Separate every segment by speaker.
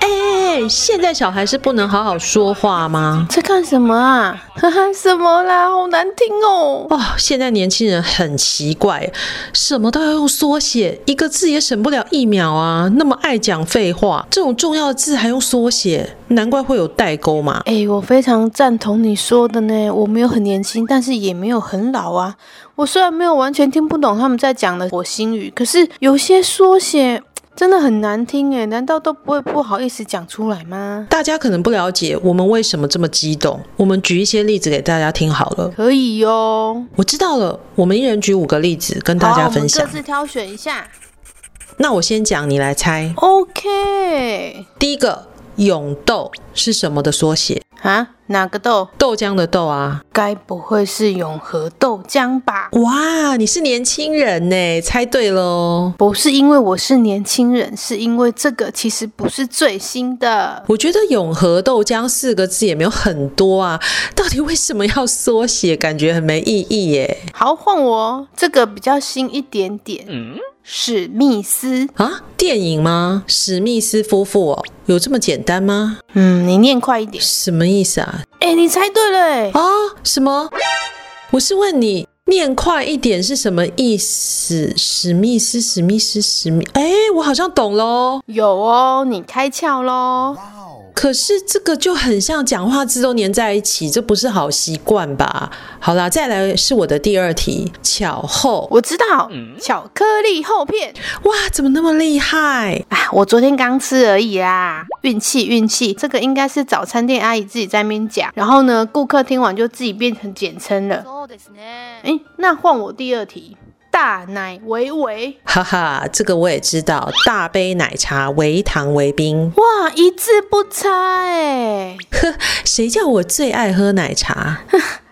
Speaker 1: 哎、现在小孩是不能好好说话吗？
Speaker 2: 在干什么啊？ 哈哈，什么啦？好难听哦！
Speaker 1: 哦，现在年轻人很奇怪，什么都要用缩写，一个字也省不了一秒啊！那么爱讲废话，这种重要的字还用缩写，难怪会有代沟嘛。
Speaker 2: 哎、我非常赞同你说的呢。我没有很年轻，但是也没有很老啊。我虽然没有完全听不懂他们在讲的火星语，可是有些缩写真的很难听哎。难道都不会不好意思讲出来吗？
Speaker 1: 大家可能不了解我们为什么这么激动，我们举一些例子给大家听好了。
Speaker 2: 可以哟、
Speaker 1: 我知道了，我们一人举五个例子跟大
Speaker 2: 好
Speaker 1: 家
Speaker 2: 我们
Speaker 1: 分享
Speaker 2: 各。自挑选一下。
Speaker 1: 那我先讲，你来猜。
Speaker 2: OK，
Speaker 1: 第一个，永豆是什么的缩写？
Speaker 2: 啊，哪个豆？
Speaker 1: 豆浆的豆啊！
Speaker 2: 该不会是永和豆浆吧？
Speaker 1: 哇，你是年轻人呢，猜对哦喽！
Speaker 2: 不是因为我是年轻人，是因为这个其实不是最新的。
Speaker 1: 我觉得“永和豆浆”四个字也没有很多啊，到底为什么要缩写？感觉很没意义耶！
Speaker 2: 好，换我哦，这个比较新一点点。史密斯。
Speaker 1: 啊，电影吗？史密斯夫妇哦，有这么简单吗？
Speaker 2: 嗯，你念快一点。
Speaker 1: 什么意思啊？
Speaker 2: 哎、你猜对了哎、
Speaker 1: 啊，什么？我是问你，念快一点是什么意思？史密斯，史密斯，史密……哎，我好像懂喽。
Speaker 2: 有哦，你开窍喽。
Speaker 1: 可是这个就很像讲话字都粘在一起，这不是好习惯吧？好啦，再来是我的第二题，巧后。
Speaker 2: 我知道，巧克力厚片
Speaker 1: 哇，怎么那么厉害？
Speaker 2: 啊，我昨天刚吃而已啦。运气，运气，这个应该是早餐店阿姨自己在那边讲，然后呢，顾客听完就自己变成简称了。哎、那换我第二题，大奶维维。
Speaker 1: 哈哈，这个我也知道，大杯奶茶微糖微冰。
Speaker 2: 哇，一字不差哎、
Speaker 1: 谁叫我最爱喝奶茶？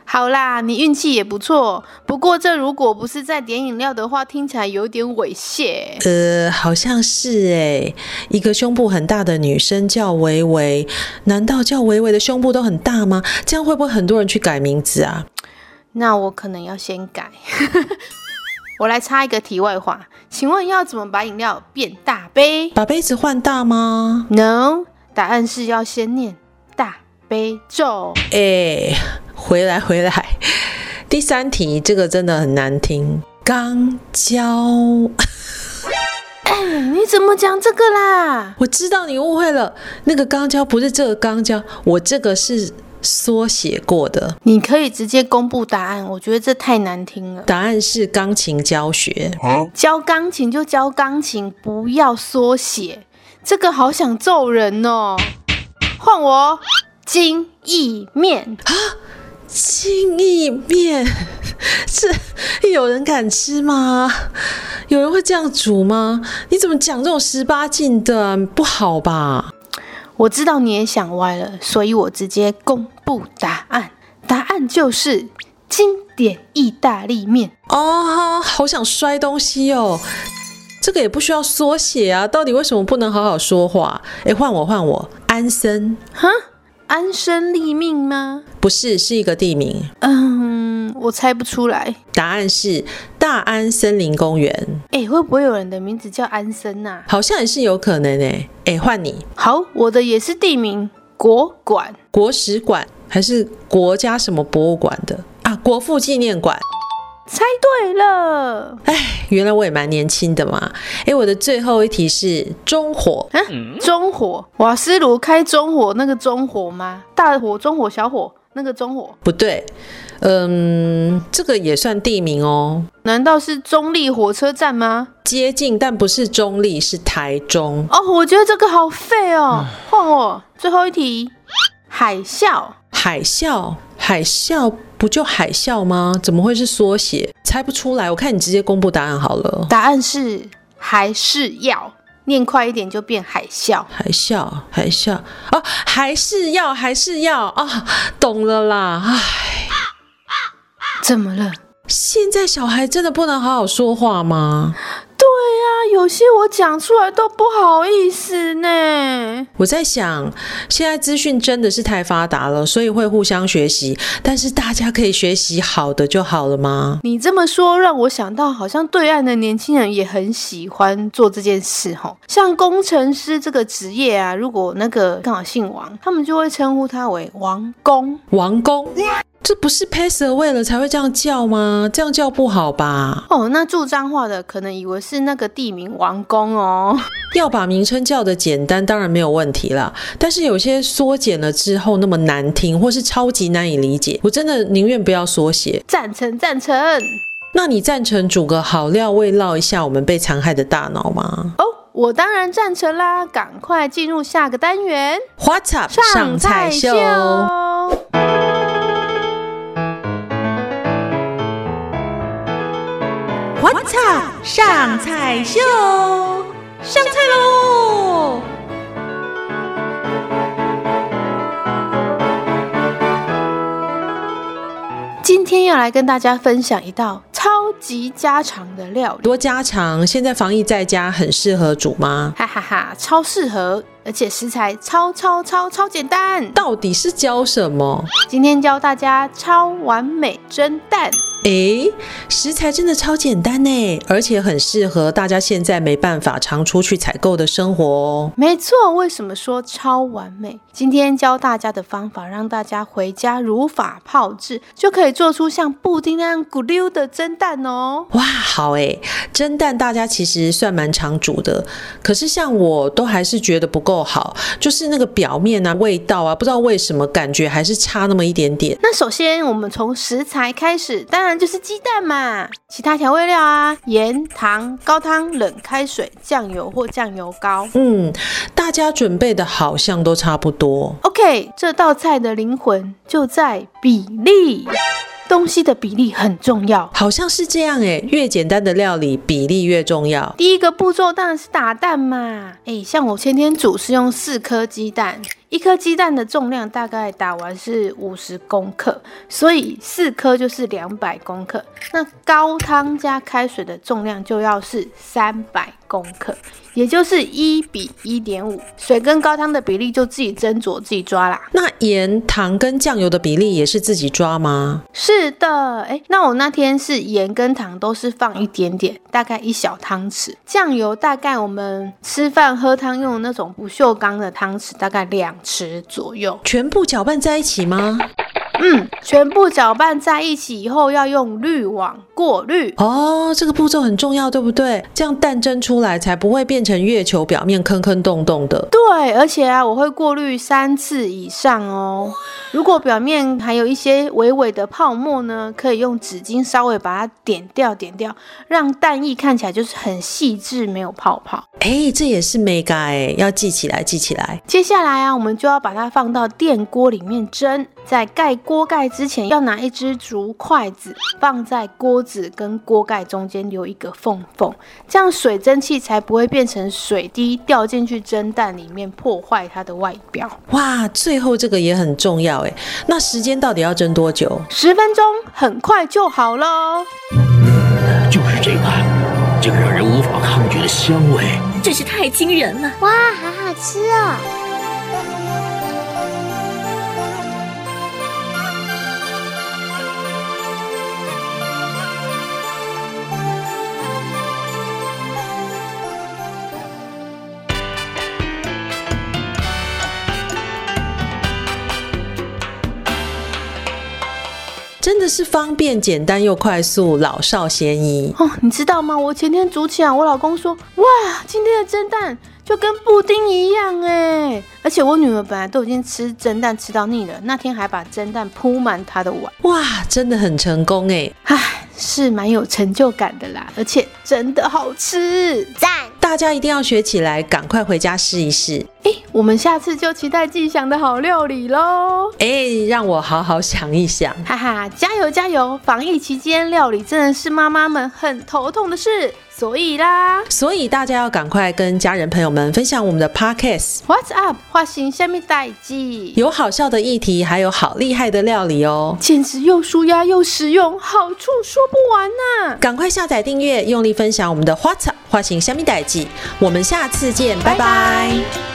Speaker 2: 好啦，你运气也不错，不过这如果不是在点饮料的话，听起来有点猥亵。
Speaker 1: 呃，好像是诶、一个胸部很大的女生叫维维，难道叫维维的胸部都很大吗？这样会不会很多人去改名字啊？
Speaker 2: 那我可能要先改。 我来插一个题外话，请问要怎么把饮料变大杯
Speaker 1: 把杯子换大吗？
Speaker 2: ？No，答案是要先念大悲咒。
Speaker 1: 哎、回来回来， 第三题这个真的很难听，肛交。
Speaker 2: 你怎么讲这个啦？
Speaker 1: 我知道你误会了，那个肛交不是这个肛交，我这个是缩写过的，
Speaker 2: 你可以直接公布答案，我觉得这太难听了。
Speaker 1: 答案是钢琴教学。
Speaker 2: 教钢琴就教钢琴，不要缩写。这个好想揍人哦！换我，金意面。
Speaker 1: 金意面，这有人敢吃吗？有人会这样煮吗？你怎么讲这种十八禁的啊、不好吧？
Speaker 2: 我知道你也想歪了，所以我直接公布答案。答案就是经典意大利面。
Speaker 1: 哦，好想摔东西哦！这个也不需要缩写啊，到底为什么不能好好说话？诶，换我换我，安森
Speaker 2: 哈，安身立命吗？
Speaker 1: 不是是一个地名，
Speaker 2: 嗯，我猜不出来。
Speaker 1: 答案是大安森林公园，
Speaker 2: 哎，会不会有人的名字叫安生呐、
Speaker 1: 好像也是有可能诶、诶，换你，
Speaker 2: 好，我的也是地名国馆。
Speaker 1: 国史馆还是国家什么博物馆的啊？国父纪念馆。
Speaker 2: 猜对了。
Speaker 1: 哎，原来我也蛮年轻的嘛。诶，我的最后一题是中火，
Speaker 2: 啊，中火，瓦斯炉开中火，那个中火吗？大火、中火、小火，那个中火，
Speaker 1: 不对，嗯，这个也算地名哦，
Speaker 2: 难道是中立火车站吗？
Speaker 1: 接近但不是中立，是台中。
Speaker 2: 哦，我觉得这个好废哦。换我，最后一题，海啸。
Speaker 1: 海啸，海啸不就海啸吗？怎么会是缩写？猜不出来，我看你直接公布答案好了。
Speaker 2: 答案是还是要。念快一点就变海啸。
Speaker 1: 还笑还笑哦，还是要还是要啊、懂了啦！唉，
Speaker 2: 怎么了？
Speaker 1: 现在小孩真的不能好好说话吗？
Speaker 2: 对呀、有些我讲出来都不好意思呢。
Speaker 1: 我在想，现在资讯真的是太发达了，所以会互相学习，但是大家可以学习好的就好了吗？
Speaker 2: 你这么说让我想到，好像对岸的年轻人也很喜欢做这件事吼。像工程师这个职业啊，如果那个刚好姓王，他们就会称呼他为王工。
Speaker 1: 王工，这不是 pass away 了才会这样叫吗？这样叫不好吧？
Speaker 2: 哦，那住彰化的可能以为是那个地名王工哦。
Speaker 1: 要把名称叫的简单，当然没有问题啦。但是有些缩减了之后那么难听，或是超级难以理解，我真的宁愿不要缩写。
Speaker 2: 赞成赞成
Speaker 1: 那你赞成煮个好料慰劳一下我们被残害的大脑吗
Speaker 2: 哦，我当然赞成啦！赶快进入下个单元，
Speaker 1: ？What's up？
Speaker 2: 上菜秀。
Speaker 3: What's up？上菜秀，上菜喽！
Speaker 2: 今天要来跟大家分享一道超级家常的料理，
Speaker 1: 多家常，现在防疫在家很适合煮吗？
Speaker 2: 哈哈哈，超适合，而且食材超超超超简单。
Speaker 1: 到底是教什么？
Speaker 2: 今天教大家超完美蒸蛋。
Speaker 1: 诶，食材真的超简单呢，而且很适合大家现在没办法常出去采购的生活哦。
Speaker 2: 没错，为什么说超完美？今天教大家的方法，让大家回家如法炮制，就可以做出像布丁那样咕溜的蒸蛋哦。
Speaker 1: 哇，好诶，蒸蛋大家其实算蛮常煮的，可是像我都还是觉得不够好，就是那个表面啊、味道啊，不知道为什么感觉还是差那么一点点。
Speaker 2: 那首先我们从食材开始，当然就是鸡蛋嘛，其他调味料啊，盐、糖、高汤、冷开水、酱油或酱油膏。
Speaker 1: 嗯，大家准备的好像都差不多。
Speaker 2: OK，这道菜的灵魂就在比例，东西的比例很重要。
Speaker 1: 好像是这样诶，越简单的料理比例越重要。
Speaker 2: 第一个步骤当然是打蛋嘛。哎，像我前天煮是用四颗鸡蛋，一颗鸡蛋的重量大概打完是五十公克，所以四颗就是两百公克。那高汤加开水的重量就要是三百公克，也就是一比一点五。水跟高汤的比例就自己斟酌自己抓啦。
Speaker 1: 那盐、糖跟酱油的比例也是自己抓吗？
Speaker 2: 是的，哎，那我那天是盐跟糖都是放一点点，大概一小汤匙，酱油大概我们吃饭喝汤用的那种不锈钢的汤匙，大概两匙左右。
Speaker 1: 全部搅拌在一起吗？
Speaker 2: 嗯，全部搅拌在一起以后，要用滤网过滤。
Speaker 1: 哦，这个步骤很重要，对不对？这样蛋蒸出来才不会变成月球表面坑坑洞洞的。
Speaker 2: 对，而且啊，我会过滤三次以上哦。如果表面还有一些微微的泡沫呢，可以用纸巾稍微把它点掉，点掉，让蛋液看起来就是很细致，没有泡泡。
Speaker 1: 哎，这也是 mega 哎，要记起来，记起来。
Speaker 2: 接下来啊，我们就要把它放到电锅里面蒸。在盖锅盖之前，要拿一只竹筷子放在锅子跟锅盖中间留一个缝缝，这样水蒸气才不会变成水滴掉进去蒸蛋里面，破坏它的外表。
Speaker 1: 哇，最后这个也很重要哎。那时间到底要蒸多久？
Speaker 2: 十分钟很快就好喽。
Speaker 4: 就是这个，这个让人无法抗拒的香味。
Speaker 5: 真是太惊人了！
Speaker 6: 哇，好好吃哦！
Speaker 1: 真的是方便、简单又快速，老少咸宜。
Speaker 2: 哦，你知道吗？我前天煮起来，我老公说，哇，今天的蒸蛋就跟布丁一样哎！而且我女儿本来都已经吃蒸蛋吃到腻了，那天还把蒸蛋铺满她的碗，
Speaker 1: 哇，真的很成功哎！
Speaker 2: 唉，是蛮有成就感的啦，而且真的好吃。
Speaker 6: 赞，
Speaker 1: 大家一定要学起来，赶快回家试一试。
Speaker 2: 哎，我们下次就期待季祥的好料理喽！
Speaker 1: 哎，让我好好想一想。
Speaker 2: 哈哈，加油加油！防疫期间，料理真的是妈妈们很头痛的事，所以啦
Speaker 1: 所以大家要赶快跟家人朋友们分享我们的 podcast，
Speaker 2: ，What's up？发型下面代记，
Speaker 1: 有好笑的议题，还有好厉害的料理哦。
Speaker 2: 简直又舒压又实用，好处说不完呐、
Speaker 1: 赶快下载订阅，用力分享我们的花草花型虾米代记。我们下次见，拜拜